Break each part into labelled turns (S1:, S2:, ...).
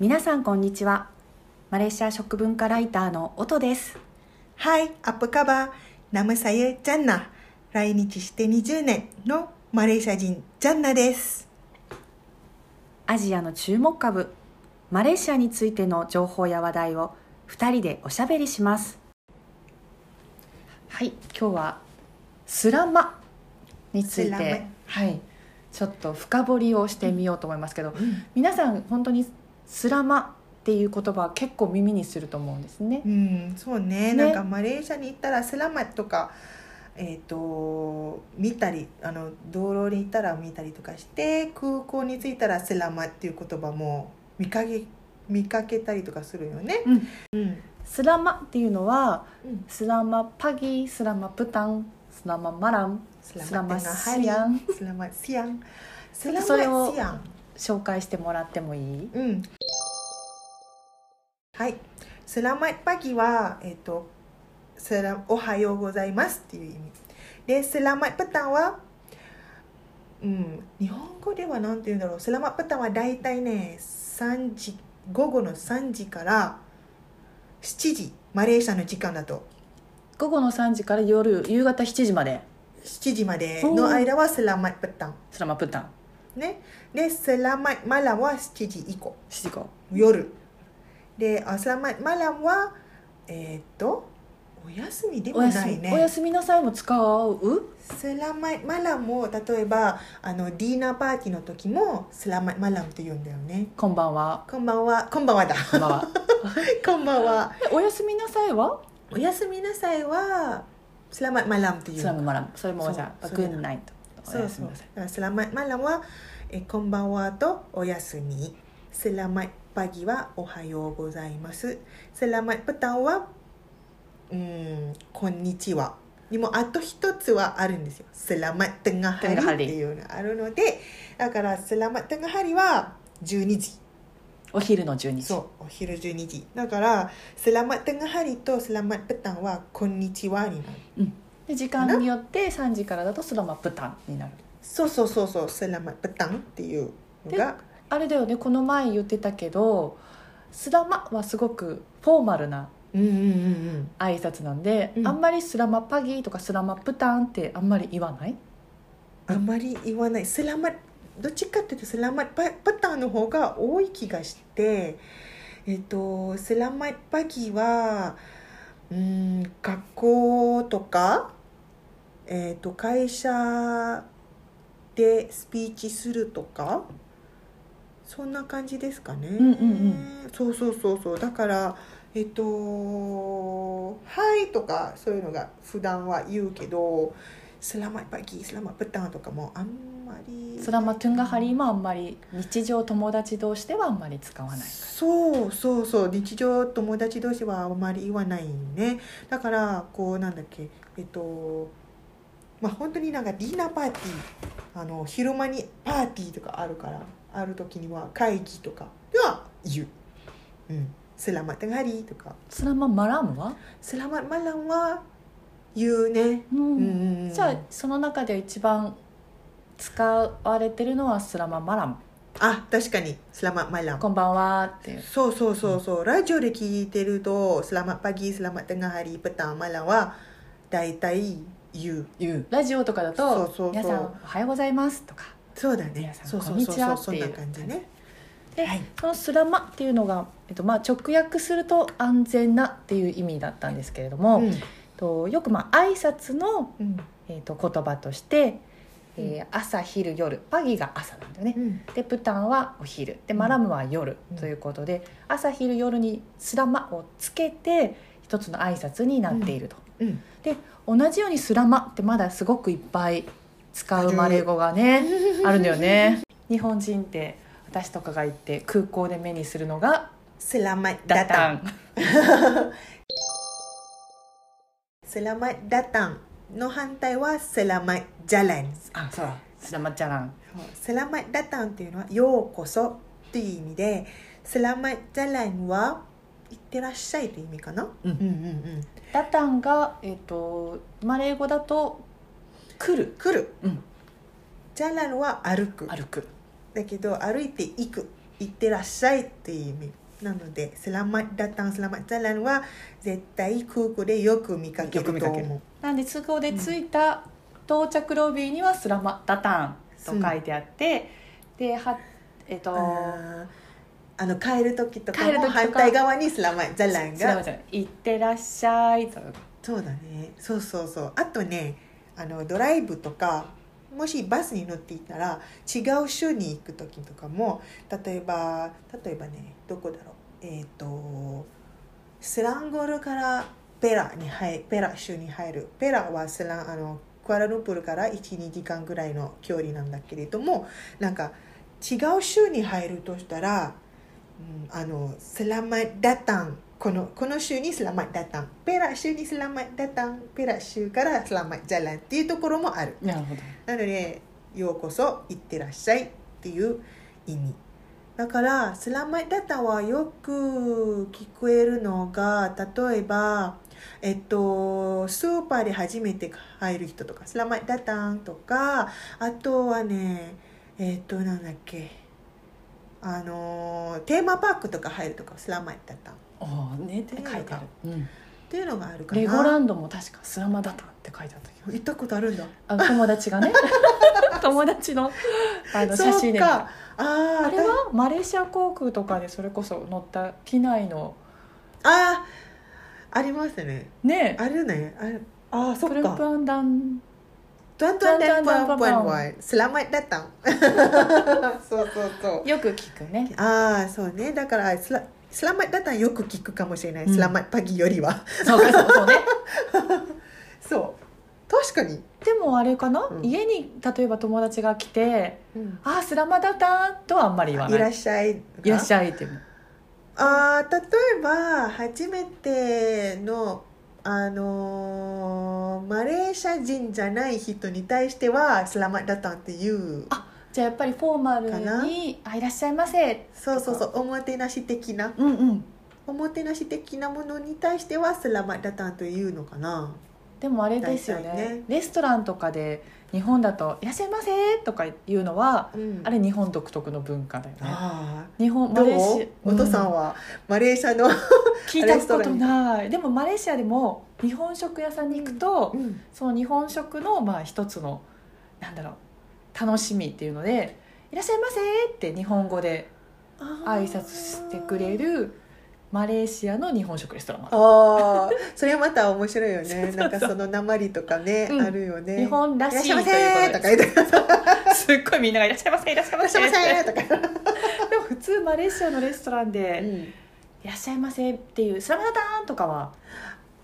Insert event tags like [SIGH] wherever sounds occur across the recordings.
S1: 皆さんこんにちはマレーシア食文化ライターの音です
S2: Hi, Up Cover ナムサユジャンナ来日して20年のマレーシア人ジャンナです
S1: アジアの注目株マレーシアについての情報や話題を2人でおしゃべりしますはい今日はスラマにつ
S2: ス
S1: い
S2: ラ
S1: て
S2: マ
S1: はいちょっと深掘りをしてみようと思いますけど、皆さん本当にスラマっていう言葉は結構耳にすると思うんですね
S2: うん、そう
S1: ね
S2: ねなんかマレーシアに行ったらスラマとかえっ、と見たりあの道路に行ったら見たりとかして空港に着いたらスラマっていう言葉も見かけ見かけたりとかするよね
S1: うん
S2: うん
S1: スラマっていうのは
S2: うん
S1: スラマパギスラマプタンスラママランスラマ
S2: ス
S1: シアン
S2: スラマシアンスラマ
S1: それを
S2: シアン
S1: 紹介してもらってもいい
S2: うん。はい。スラマパギは、えっ、と、スラおはようございますっていう意味。で、スラマプタンは、うん、日本語ではなんて言うんだろう。スラマプタンは大体ね、3時、午後の3時から7時、マレーシアの時間だと。
S1: 午後の3時から夜夕方7時まで
S2: 7時までの間はスラマプタン。
S1: スラマプタン
S2: ね。で、スラママラは7時以降。
S1: 7時後
S2: 夜で朝まマラムはえーっとお休みでも
S1: おやす
S2: ない
S1: み、
S2: ね
S1: おやすみなさいも使う
S2: スラマイマラムを例えばあのディナーパーティーの時もスラマイマラムと言うんだよね
S1: こんばんは
S2: こんばんはこんばんはだ [LAUGHS]
S1: こんばんは
S2: こんばんは
S1: えおやすみなさいは
S2: おやすみなさいはスラマイマラムと言う
S1: スラムマラムそれも
S2: そう
S1: じゃあ
S2: そ
S1: グ
S2: れだ
S1: ッナイトお
S2: そう
S1: やす
S2: そう
S1: みな
S2: だ
S1: さい
S2: からスラマイマラムはえこんばんはとおやすみスラマイパギはおはようございますスラマイプタンはうんこんにちはにもあと一つはあるんですよスラマイテンガハリっていうのがあるのでだからスラマイテンガハリは12時
S1: お昼の12時
S2: そうお昼12時だからスラマイテンガハリとスラマイプタンはこんにちはになる
S1: で時間によって3時からだとスラマプタンになる
S2: そうそうそうそうスラマイプタンっていうのが
S1: あれだよねこの前言ってたけどスラマはすごくフォーマルな
S2: うんうんうんうん
S1: 挨拶なんで、
S2: うん
S1: あんまりスラマパギとかスラマプタンってあんまり言わない
S2: あまり言わないスラマどっちかっていうとスラマパパターンの方が多い気がしてえっとスラマパギはうん学校とか、えっと会社でスピーチするとかそんな感じですかね、
S1: んうん
S2: そうそうそうそうだからえっと「はい」とかそういうのが普段は言うけど「スラマパギスラマプタン」とかもあんまり
S1: スラマトゥンガハリーもあんまり日常友達同士ではあんまり使わない
S2: そうそうそう日常友達同士はあまり言わないねだからこうなんだっけえっとまあ本当になんかディナーパーティーあの昼間にパーティーとかあるからある時には会議とかが言う「うん、スラマテガリ」とか
S1: スラママラムは、
S2: 「スラママラン」は言うね、
S1: う
S2: うんんうんうん、
S1: じゃあその中で一番使われてるのはスラママラム
S2: あ確かに「スラママラン」
S1: こんばんはっていう
S2: そうそうそうそう、ラジオで聞いてると「selamat pagi selamat tengah hari petang malam」は大体言う
S1: 言うラジオとかだと
S2: そうそうそう
S1: 皆さんおはようございます」とか
S2: そうだ
S1: 皆さん
S2: そうそ
S1: こん
S2: う
S1: に
S2: そう
S1: ち
S2: そ
S1: は
S2: うそんな感じ
S1: って
S2: ね
S1: で、
S2: はい
S1: その「スラマ」っていうのが、えっとまあ、直訳すると「安全な」っていう意味だったんですけれども、
S2: うん
S1: とよくまあ挨拶の、
S2: うん
S1: えっと言葉として、えー朝昼夜パギが朝なんだよね
S2: うん
S1: でプタンはお昼で
S2: うん
S1: マラムは夜
S2: うん
S1: ということで、朝昼夜にスラマをつけて一つの挨拶になっていると、
S2: うん
S1: 同じようにスラマってまだすごくいっぱい使うマレー語がねあるんだよね日本人って私とかが行って空港で目にするのが
S2: selamat
S1: ダタ
S2: datang
S1: ン
S2: selamat datang の反対は selamat jalan
S1: あそうだスラマジャラン
S2: セラマイダタンっていうのは「ようこそ」っていう意味で「セラマイジャラン」は「いってらっしゃい」という意味かな、
S1: うん
S2: うんうん、
S1: ダタンが、えっとマレー語だと来る
S2: 来る、
S1: うん
S2: ジャランは歩く
S1: 歩く
S2: だけど歩いていく行ってらっしゃいっていう意味なので「スラマッダタンスラマッダラン」は絶対空港でよく見かける
S1: よく
S2: と
S1: 見かけ
S2: 思
S1: る
S2: う。
S1: なんで通行で着いた到着ロビーには「スラマダタン」と書いてあって、ではえっ、と
S2: あーあの帰る時とか
S1: 帰る時
S2: も
S1: とか
S2: 反対側にスラマッダラン
S1: スラマ
S2: が
S1: じゃない行ってらっしゃい」とか
S2: そうだねそうそうそうあとねあのドライブとかもしバスに乗っていたら違う州に行く時とかも例えば例えばねどこだろうえっ、とスランゴルからペラに入ペラ州に入るペラはスランあのクアラルンプールから12時間ぐらいの距離なんだけれどもなんか違う州に入るとしたらうんあのスラマダタンこのこの州にスラマダタンペラ州にスラマダタンペラ州からスラマジャランっていうところもある
S1: なるほど
S2: なのでようこそ行ってらっしゃいっていう意味だからスラマダタンはよく聞こえるのが例えばえっとスーパーで初めて入る人とかスラマダタンとかあとはねえっとなんだっけあのテーマパークとか入るとかスラマダタンっ
S1: ああねって書いてある、うん
S2: ていうのがあるかな
S1: レゴランドも確か「スラマダタン」って書いてあったけど
S2: 行ったことあるんだ
S1: あ友達がね [LAUGHS] 友達のあの
S2: そ
S1: 写
S2: うか
S1: 真で見た
S2: ああ
S1: あれはマレーシア航空とかでそれこそ乗った機内の
S2: ああありますね
S1: ね
S2: あるねあるああそ
S1: プ
S2: っ
S1: ルンプ
S2: か
S1: アンダン
S2: トントンテンパンパ
S1: ト
S2: ン
S1: ントンテンパン
S2: パンスラマだ [LAUGHS] ったんそうそうそう
S1: よく聞くね
S2: ああそうねだからスラスラマだったんよく聞くかもしれない、
S1: うん
S2: スラマパギよりは
S1: そうかそうそうね
S2: そう確かに、
S1: でもあれかな、
S2: うん
S1: 家に例えば友達が来て「あースラマダタン」とはあんまり言わないい
S2: らっしゃい
S1: いらっしゃいって言う
S2: あー例えば初めての、あのーマレーシア人じゃない人に対しては「スラマダタン」っていう
S1: あじゃあやっぱりフォーマル
S2: かな
S1: に「あいらっしゃいませ
S2: そうそうそうおもてなし的な」
S1: うんうん
S2: おもてなし的なものに対しては「スラマダタン」というのかな
S1: でもあれですよね
S2: 大体ね
S1: レストランとかで日本だと「いらっしゃいませ」とか言うのは
S2: うん
S1: あれ日本独特の文化だよね
S2: あ
S1: 日本
S2: ー
S1: マ
S2: どう
S1: レーシア
S2: お父さ
S1: うん
S2: はマレーシアの、
S1: 聞いたことないでもマレーシアでも日本食屋さんに行くと、その日本食のまあ一つのなんだろう楽しみっていうので「いらっしゃいませ」って日本語で挨拶してくれるマレーシアの日本食レストランもある
S2: ああそれまた面白いよ
S1: そうそう
S2: ね
S1: そう
S2: なんかその鉛とかね、
S1: うん
S2: あるよね
S1: 日本ら
S2: いらっ
S1: しい
S2: しゃいませーとか言って
S1: すっごいみんなが「いらっしゃいませいらっしゃいませ」
S2: いらっしゃいませーとか、
S1: でも普通マレーシアのレストランで「いらっしゃいませ」っていう「スラムダタン」とか
S2: [LAUGHS]
S1: は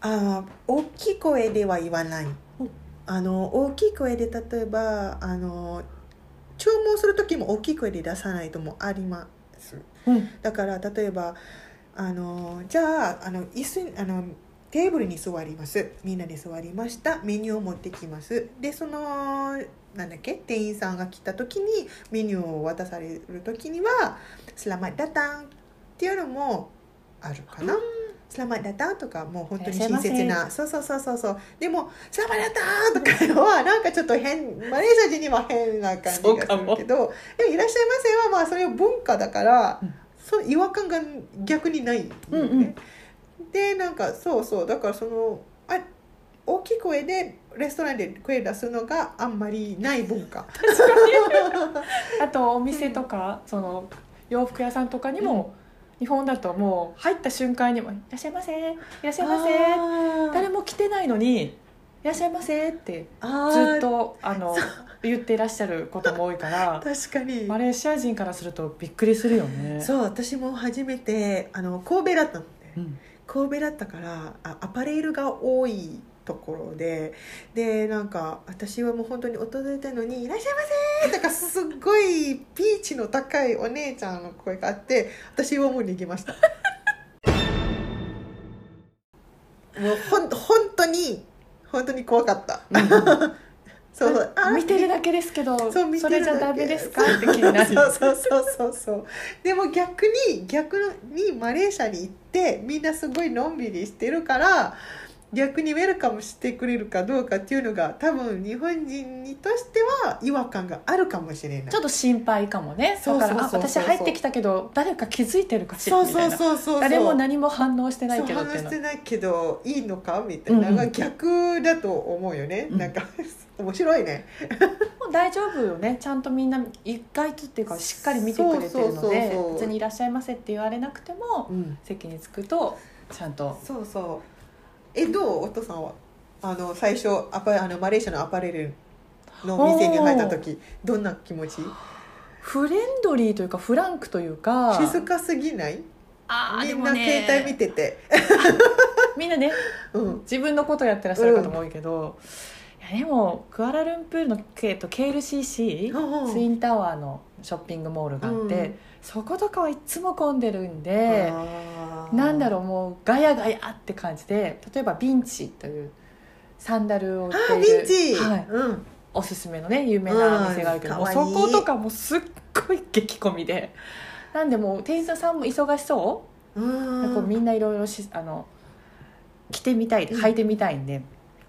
S2: ああ大きい声では言わない、あの大きい声で例えばあの注文する時も大きい声で出さないともあります
S1: うん
S2: だから例えばあのじゃああの椅子にあのテーブルに座りますみんなで座りましたメニューを持ってきますでそのなんだっけ店員さんが来た時にメニューを渡される時には「スラマダタン」っていうのもあるかな。スラマダタンとかもう本当に親切
S1: いら
S2: なそうそうそうそうそうでも「スラマダタン」とかはなんかちょっと変マレーシア人には変な感じがするけどでも「いらっしゃいませ」はまあそれは文化だから、
S1: うん
S2: そう違和感が逆にない、ね
S1: うんうん
S2: でなんかそうそうだからそのあ大きい声でレストランで声出すのがあんまりない文化
S1: あとお店とか、その洋服屋さんとかにも、日本だともう入った瞬間にも「いらっしゃいませいらっしゃいませ誰
S2: [LAUGHS] 誰
S1: も来てないのに「いらっしゃいませ」ってずっ
S2: ず
S1: とあの言っていらっしゃることも多いから
S2: 確かに
S1: マレーシア人からするとびっくりするよね。
S2: そう私も初めてあの神戸だったのね
S1: うん
S2: 神戸だったからあアパレルが多いところででなんか私はもう本当に訪れたのに「いらっしゃいませ!」とかすっごいピーチの高いお姉ちゃんの声があって私はもう逃げ
S1: [LAUGHS]
S2: ましたもうほん本当に本当に怖かったそうそうあ
S1: 見てるだけですけど
S2: そ
S1: そう
S2: 見て
S1: れ
S2: るだけ
S1: じゃダメですかって気になる
S2: そうそうそうそうそうでも逆に逆にマレーシアに行ってみんなすごいのんびりしてるから逆にウェルカムしてくれるかどうかっていうのが多分日本人にとしては違和感があるかもしれない
S1: ちょっと心配かもね
S2: そ
S1: だ
S2: うそ
S1: か
S2: うそう
S1: らあ
S2: そう
S1: 私入ってきたけど誰か気づいてるかしら
S2: そう
S1: みたいう
S2: そ
S1: な
S2: そうそう
S1: 誰も何も反応してないけどって
S2: そう
S1: いう
S2: 話
S1: の
S2: してないけどいいのかみたいな、
S1: うんうん
S2: が逆だと思うよね、
S1: うん
S2: なんか面白いね
S1: もう大丈夫よねちゃんとみんな一回ずつっていうかしっかり見てくれてる
S2: そ
S1: の
S2: うそう
S1: で
S2: そうそう
S1: 別にいらっしゃいませって言われなくても席に着くとちゃんと
S2: そうそうえどうお父さんはあの最初アパあのマレーシアのアパレルの店に入った時どんな気持ち
S1: フレンドリーというかフランクというか
S2: 静かすぎない
S1: あー
S2: み
S1: で
S2: ん
S1: も
S2: な
S1: ね
S2: 携帯見てて、
S1: みんなね
S2: うん、
S1: 自分のことやってらっしゃる方も多いけど、いやでもクアラルンプールの、えっと、KLCC
S2: うんうん
S1: ツインタワーのショッピングモールがあって、
S2: うん
S1: そことかはいつも混んでるんで、なんだろうもうガヤガヤって感じで例えばビンチというサンダルを売って
S2: あー
S1: い
S2: ビ
S1: る
S2: ンチ、
S1: はい、
S2: うん
S1: おすすめのね有名なお店があるけど、
S2: うん
S1: もう
S2: か
S1: そ
S2: わいい
S1: ことかもうすっごい激混みでなんでもう店員さんも忙しそう
S2: うん
S1: こうみんないろいろしあの着てみたい
S2: うん
S1: 履いてみたいんで、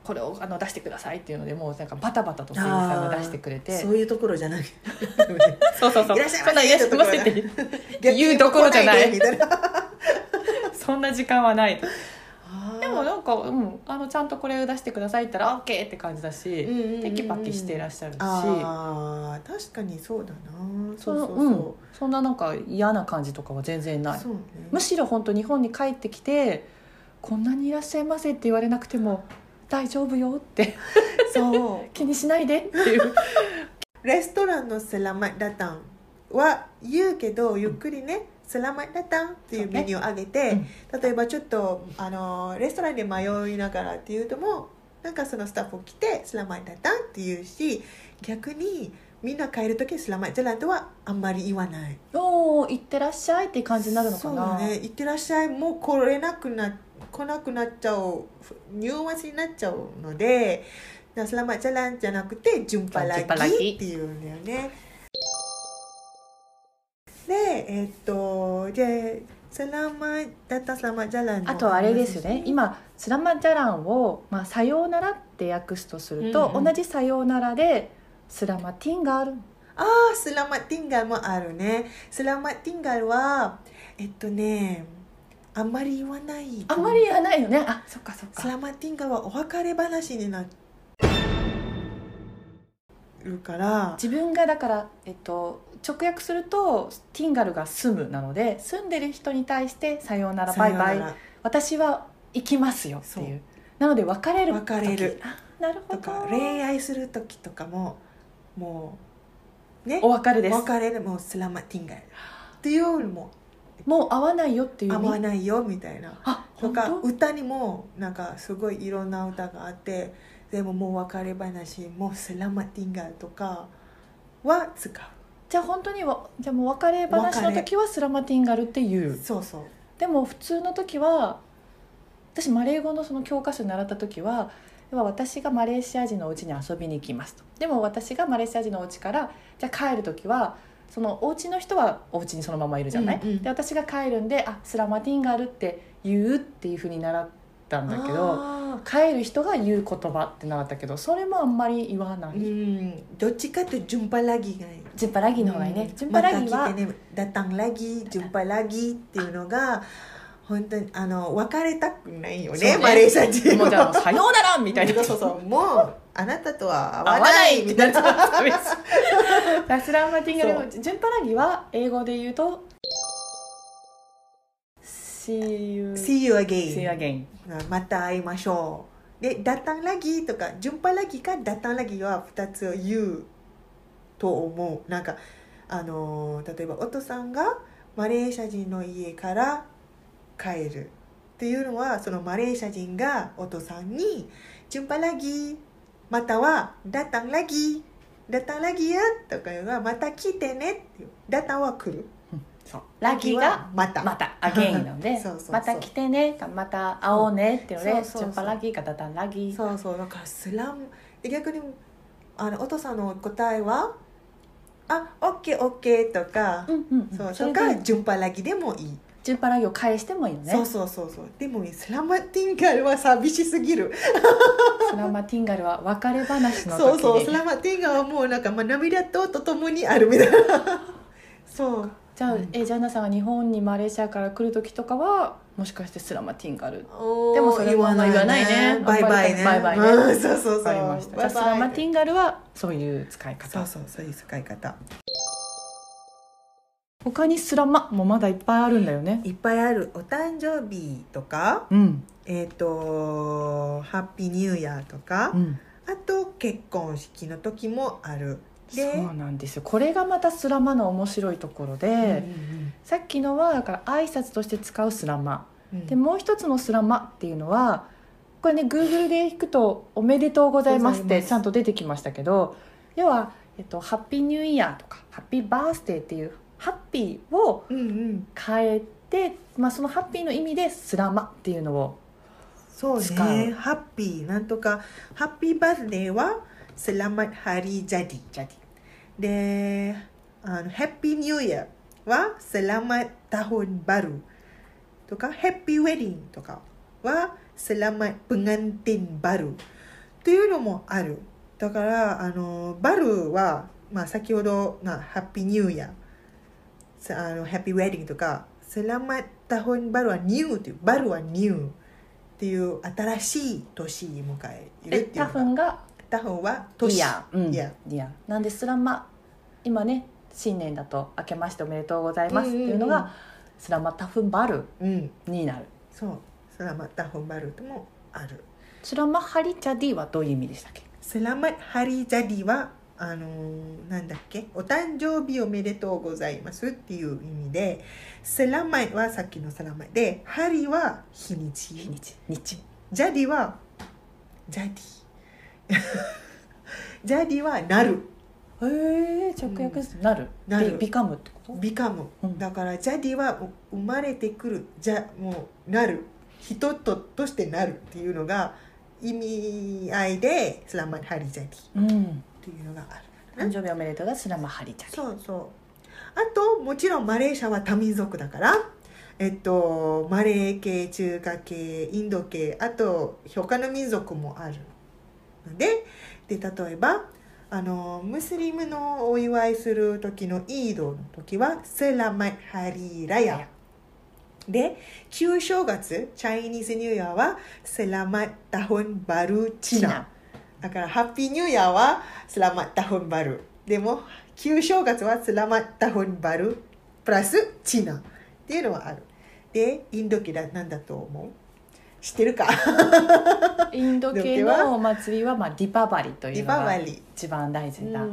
S1: これをあの出してくださいっていうのでもうなんかバタバタと店員さんが出してくれて
S2: そういうところじゃない
S1: [LAUGHS] そうそうそう
S2: いらっしゃいませ
S1: そんないらっしゃい [LAUGHS] ませって言うところじゃない
S2: 逆に来でみたいな
S1: そんな時間はない
S2: あ
S1: [LAUGHS]
S2: ー
S1: でもなんか、うん、あのちゃんとこれを出してくださいって言ったら OK って感じだし、
S2: うんうんうん
S1: テキパキしていらっしゃるし
S2: あー確かにそうだな
S1: そ
S2: そう
S1: の
S2: そう
S1: う
S2: そ
S1: ん、そんななんか嫌な感じとかは全然
S2: う、
S1: ない
S2: そ
S1: [LAUGHS]
S2: うね
S1: むしろ本当日本に帰ってきてこんなにいらっしゃいませって言われなくても大丈夫よって
S2: そう
S1: 気にしないでっていう
S2: レストランのセラマイラタンは言うけどゆっくりね、セラマイラタンっていうメニューをあげて、例えばちょっとあのレストランで迷いながらっていうともなんかそのスタッフ来てセラマイラタンって言うし逆にみんな帰る時セラマイラタンはあんまり言わない
S1: おお行ってらっしゃいって感じになるのか
S2: そう
S1: な
S2: だね「いってらっしゃい」もう来れなくな来なくなっちゃうニュアンスになっちゃうので「ナスラマチャラン」じゃなくて「ジュンパラギ」っていうんだよね。でえっとで「サラマだったサラマジャランの話」
S1: あとあれですよね今「スラマジャランを」まあ「さようなら」って訳すとすると、
S2: うんうん
S1: 同じ「さようなら」で「スラマティン」がある
S2: ああ、スラマッティンガルもあるね。スラマッティンガルは、えっとね、あんまり言わない。
S1: あんまり言わないよねあそっかそっ
S2: ス
S1: か
S2: ラマティンガはお別れ話になるから
S1: 自分がだから、えっと、直訳すると「ティンガル」が「住む」なので住んでる人に対して「さようなら」「バイバ
S2: さような
S1: イ
S2: ら」
S1: 「私は行きますよ」っていうなので別れる時
S2: 別れる
S1: あなるほど
S2: とか恋愛する時とかももうね
S1: お別れで
S2: お
S1: す
S2: 別れでもうスラマティンガルっていうよりも
S1: もう会わないよっていう意
S2: 合
S1: 味
S2: わないよみたいな
S1: あ
S2: と
S1: 本
S2: か
S1: 当
S2: 歌にもなんかすごいいろんな歌があってでももう別れ話もうスラマティンガルとかは使う
S1: じゃあ本当にわじゃあもう別れ話の時はスラマティンガルって言う
S2: そうそう
S1: でも普通の時は私マレー語のその教科書で習った時は要は私がマレーシア人のお家に遊びに行きますとでも私がマレーシア人のお家からじゃあ帰る時はそのお家の人はお家にそのままいるじゃない、
S2: うんうん
S1: で私が帰るんで「あスラマティンガル」って言うっていうふうに習ったんだけど
S2: あ
S1: 帰る人が言う言葉って習ったけどそれもあんまり言わな
S2: ー
S1: い、
S2: うんどっちかというとジュンパラギがいい
S1: ジュンパラギの方がいいね、
S2: うん
S1: ジュンパラギ
S2: ま
S1: は
S2: た来てね「ダタンラギ」「ジュンパラギ」っていうのが本当にあの別れたくないよね
S1: そうね
S2: マレーシア人
S1: もうじゃあ
S2: は。
S1: さようならみたいな。
S2: そうそうもうあなたとは
S1: 合
S2: 会わ
S1: わな
S2: ない
S1: いみ
S2: み
S1: た
S2: た
S1: い
S2: い
S1: な [LAUGHS]
S2: な。
S1: ラスランマティンガルもジュンパラギは英語で言うと See you
S2: See
S1: See
S2: you
S1: you
S2: again
S1: again
S2: また会いましょうで「ダタンラギ」とか「ジュンパラギ」か「ダタンラギ」は2つを言うと思うなんかあのー例えばお父さんがマレーシア人の家から帰るっていうのはそのマレーシア人がお父さんに「ジュンパラギ」または「ダタンラギ」「ダタンラギや」とかいうのは「また来てね」っていう「ダタンは来る」
S1: そうラギが
S2: はまた
S1: ま
S2: [LAUGHS]
S1: た again なので
S2: そうそうそう
S1: また来てねまた会おうねっていうので
S2: そう
S1: ジ
S2: そうそう
S1: ュンパラギかダタンラギ
S2: そうそうだからスラムで逆にあのお父さんの答えは「あオッケーオッケー」とか、
S1: うんうん
S2: そう
S1: それ
S2: と
S1: で
S2: か「順番ラギ」でもいい
S1: ジュンパラギを返してもいいのね
S2: そうそうそうそうでもねスラマティンガルは寂しすぎる
S1: スラマティンガルは別れ話の時に
S2: そうそうスラマティンガルはもうなんか、まあ、涙ととともにあるみたいな [LAUGHS] そう
S1: じゃあ、
S2: うん
S1: えジャンナさんが日本にマレーシアから来る時とかはもしかしてスラマティンガル
S2: で
S1: でもそれもあんま言わないね
S2: バイバイね
S1: バイバイね
S2: うんそうそうそう
S1: 分かりましたじ
S2: バ
S1: ゃあ
S2: イ
S1: スラ
S2: バ
S1: マ
S2: イ
S1: ティンガルはそういう使い
S2: そ
S1: 方
S2: うそうそういう使い方
S1: 他にスラマもまだいっぱいあるんだよね
S2: いっぱいあるお誕生日とか
S1: うん
S2: えっ、とハッピーニューイヤーとか、
S1: うん
S2: あと結婚式の時もある
S1: そ
S2: で
S1: うなんですよこれがまたスラマの面白いところで、
S2: うん
S1: さっきのはだから挨拶として使うスラマ
S2: うんうん
S1: でもう一つの「スラマ」っていうのはこれね Google で引くと「おめでとうございます」っ
S2: ござい
S1: て
S2: ます
S1: ちゃんと出てきましたけど要は、えっと「ハッピーニューイヤー」とか「ハッピーバースデー」っていう「ハッピー」を
S2: うんうん
S1: 変えて、まあ、その「ハッピー」の意味で「スラマ」っていうのを
S2: そう
S1: 使う
S2: ねハッピーなんとかハッピーバースデーはスラマッハリージャディ
S1: ジャディ
S2: であのハッピーニューイヤーはセラマタホンバルとかハッピーウェディングとかはセラマプガンティンバルというのもあるだからあのバルは、まあ、先ほど、まあ、ハッピーニューイヤーせあのハッピーウェディングとかセラマタホンバルはニューというバルはニューっていう新しい年を迎えるっ
S1: え
S2: てい
S1: タ
S2: う
S1: フン
S2: のが
S1: が
S2: タホンは
S1: 「イ
S2: 年
S1: ヤー」うん「
S2: イ
S1: イ
S2: ヤー
S1: ヤー」なんで「スラマ」今ね新年だと「明けましておめでとうございます」っていうの
S2: うんうんう
S1: が「スラマタフンバル
S2: うん」
S1: になる。
S2: そう、セラマッタホンバルトもある。
S1: スラマハリチャディはどういう意味でしたっけ
S2: セラマッハリジャディは、あのーなんだっけ、お誕生日おめでとうございますっていう意味で、セラマイはさっきのセラマイで、ハリは日に
S1: 日
S2: ち、
S1: にち日
S2: ジャディは、ジャ [LAUGHS] ディ。ジャディはなる、
S1: へえ直訳するなる
S2: なる
S1: ビビカムってこと
S2: ビカム。
S1: うん
S2: だから、ジャディは生まれてくる、じゃ、もう、なる。人ととしてなるっていうのが意味合いで、セラマッハリジャディ。
S1: うん
S2: っていうのがある、
S1: 誕生日おめでとうがスラマハリチャディ
S2: そうそうあともちろんマレーシアは多民族だからえっとマレー系中華系インド系あと他の民族もあるのでで例えばあのムスリムのお祝いする時のイードの時はセラマイハリーラヤで旧正月チャイニーズニューイヤーはセラマイタホンバルチナだから、ハッピーニューイヤーは、スラマッタホンバル。でも、旧正月は、スラマッタホンバル、プラス、チナ。っていうのはある。で、インド系だ、なんだと思う知ってるか
S1: インド系のお祭りは、まあ、ディパバリとい
S2: デ
S1: う
S2: ィ
S1: の
S2: ババ
S1: が
S2: リ。っ
S1: 一番大事な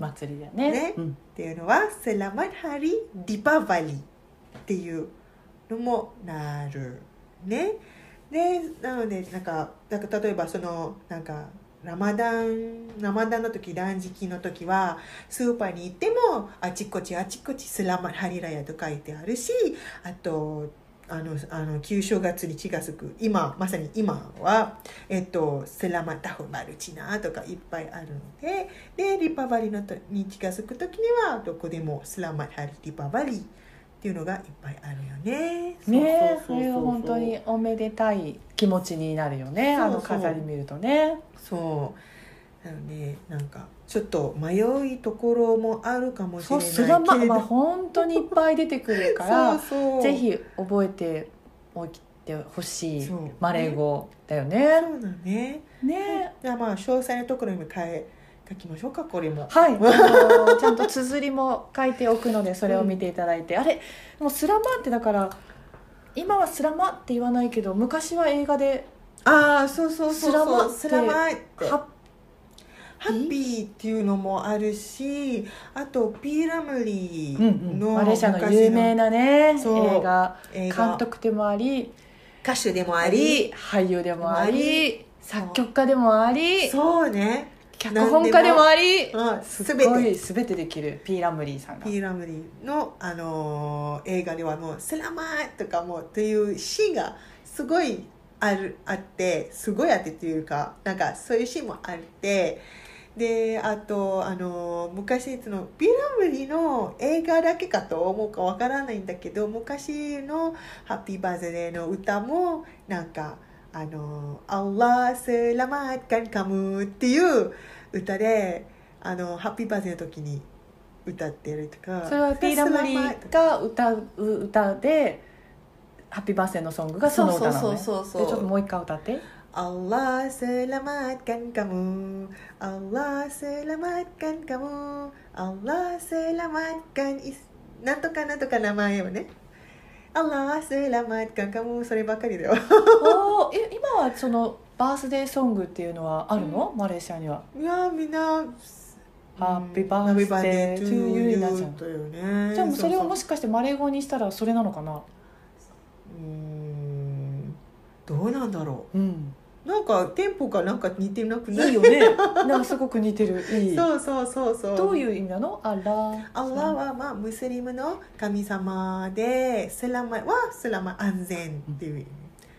S1: 祭りだよね
S2: ね
S1: うん
S2: ていうのは、セラマッハリ、ディババリ。っていうのもなる。ね。で、なので、なんか、なんか例えば、その、なんか、ラマダン、ラマダンの時、断食の時は、スーパーに行ってもあちこちあちこちスラマハリラヤと書いてあるしあとあのあの旧正月に気が付く今まさに今は、えっと、スラマタホマルチナとかいっぱいあるのででリパバリのとに気が付く時にはどこでもスラマハリリパバリっていうのがいっぱいあるよね。
S1: ね
S2: そ
S1: そう
S2: そうそうそう
S1: れは本当におめでたい気持ちになるよね
S2: そう
S1: あの飾り見るとね
S2: そうなのでなんかちょっと迷いところもあるかもし
S1: そう
S2: れないけ
S1: ス
S2: れど
S1: ラマは本当にいっぱい出てくるから
S2: そうそう
S1: ぜひ覚えておいてほしい
S2: そう
S1: マレー語だよ
S2: そ
S1: ね。
S2: うだね。
S1: ね。
S2: じゃあまあ詳細のところにも変え書きましょうかこれも。
S1: はい、あのちゃんと綴りも書いておくのでそれを見ていただいて、あれもうスラマってだから今はスラマって言わないけど昔は映画で
S2: ああそうそう
S1: スラマって
S2: スラマってハ
S1: ハ
S2: ッピーっていうのもあるし、あとピーラム
S1: ッ、
S2: リーの
S1: マレーシアの有名なね
S2: そう
S1: 映画
S2: 映画
S1: 監督でもあり
S2: 歌手でもあ
S1: あ
S2: り、
S1: 俳優でもあ
S2: あり
S1: り作曲家でもあり
S2: そうね。
S1: 脚本家でもあり
S2: うん
S1: す
S2: すべ
S1: ご
S2: て
S1: い全てできるピーラムリーさんが。
S2: ピーラムリーのあのー映画ではもうスラマとかもというシーンがすごいあるあってすごいあってというかなんかそういうシーンもあってであとあの昔そのビラムリの映画だけかと思うかわからないんだけど昔の「ハッピーバースデー」の歌もなんか「あのアッラーセラマッカンカム」っていう歌であのハッピーバースデーの時に歌ってるとか
S1: それはピーラムリが歌う歌でハッピーバースデーのソングがその歌なのねでち
S2: そう
S1: ょっともう一回歌って
S2: Allah selamatkan kamu Allah selamatkan kamu Allah selamatkan is... なんとかなんとか名前をね Allah selamatkan kamu そればっかりだよ
S1: おーえ今はそのバースデーソングっていうのはあるの、マレーシアにはい
S2: やーみんな
S1: Happy
S2: う
S1: birthday
S2: ん Happy birthday
S1: to
S2: to
S1: you
S2: you
S1: なっちゃう
S2: だよね
S1: じゃあもうそれをも
S2: し
S1: しかしてマレー語にしたらそれなのかな
S2: うんどうなんだろ
S1: うん
S2: うなんかテンポがなんか似てなく
S1: い
S2: ない
S1: いよね [LAUGHS] なんかすごく似てるいい
S2: そうそうそうそう
S1: どういう意味なのアラー
S2: アッラーはまあムスリムの神様でスラマはスラマ安全っていう意味、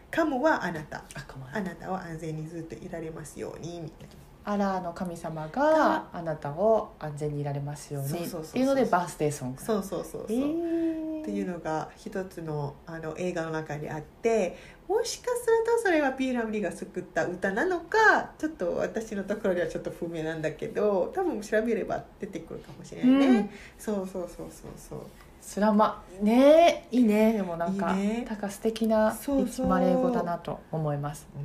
S2: カムはあなた
S1: あかま
S2: あなたは安全にずっといられますようにみたい
S1: アラーの神様があなたを安全にいられますよう
S2: そう
S1: に
S2: そうそうそ
S1: っ
S2: う
S1: ていうのでバースデーソン
S2: な
S1: グ
S2: そうそうそうそう、
S1: えー
S2: っていうのが一つのあの映画の中にあってもしかするとそれはピーラムリが作った歌なのかちょっと私のところではちょっと不明なんだけど多分調べれば出てくるかもしれないね、
S1: うん
S2: そうそうそうそうそう
S1: スラマねえいいねでもなんか
S2: いいね
S1: なんか素敵な
S2: そうそう
S1: マレー語だなと思います
S2: うん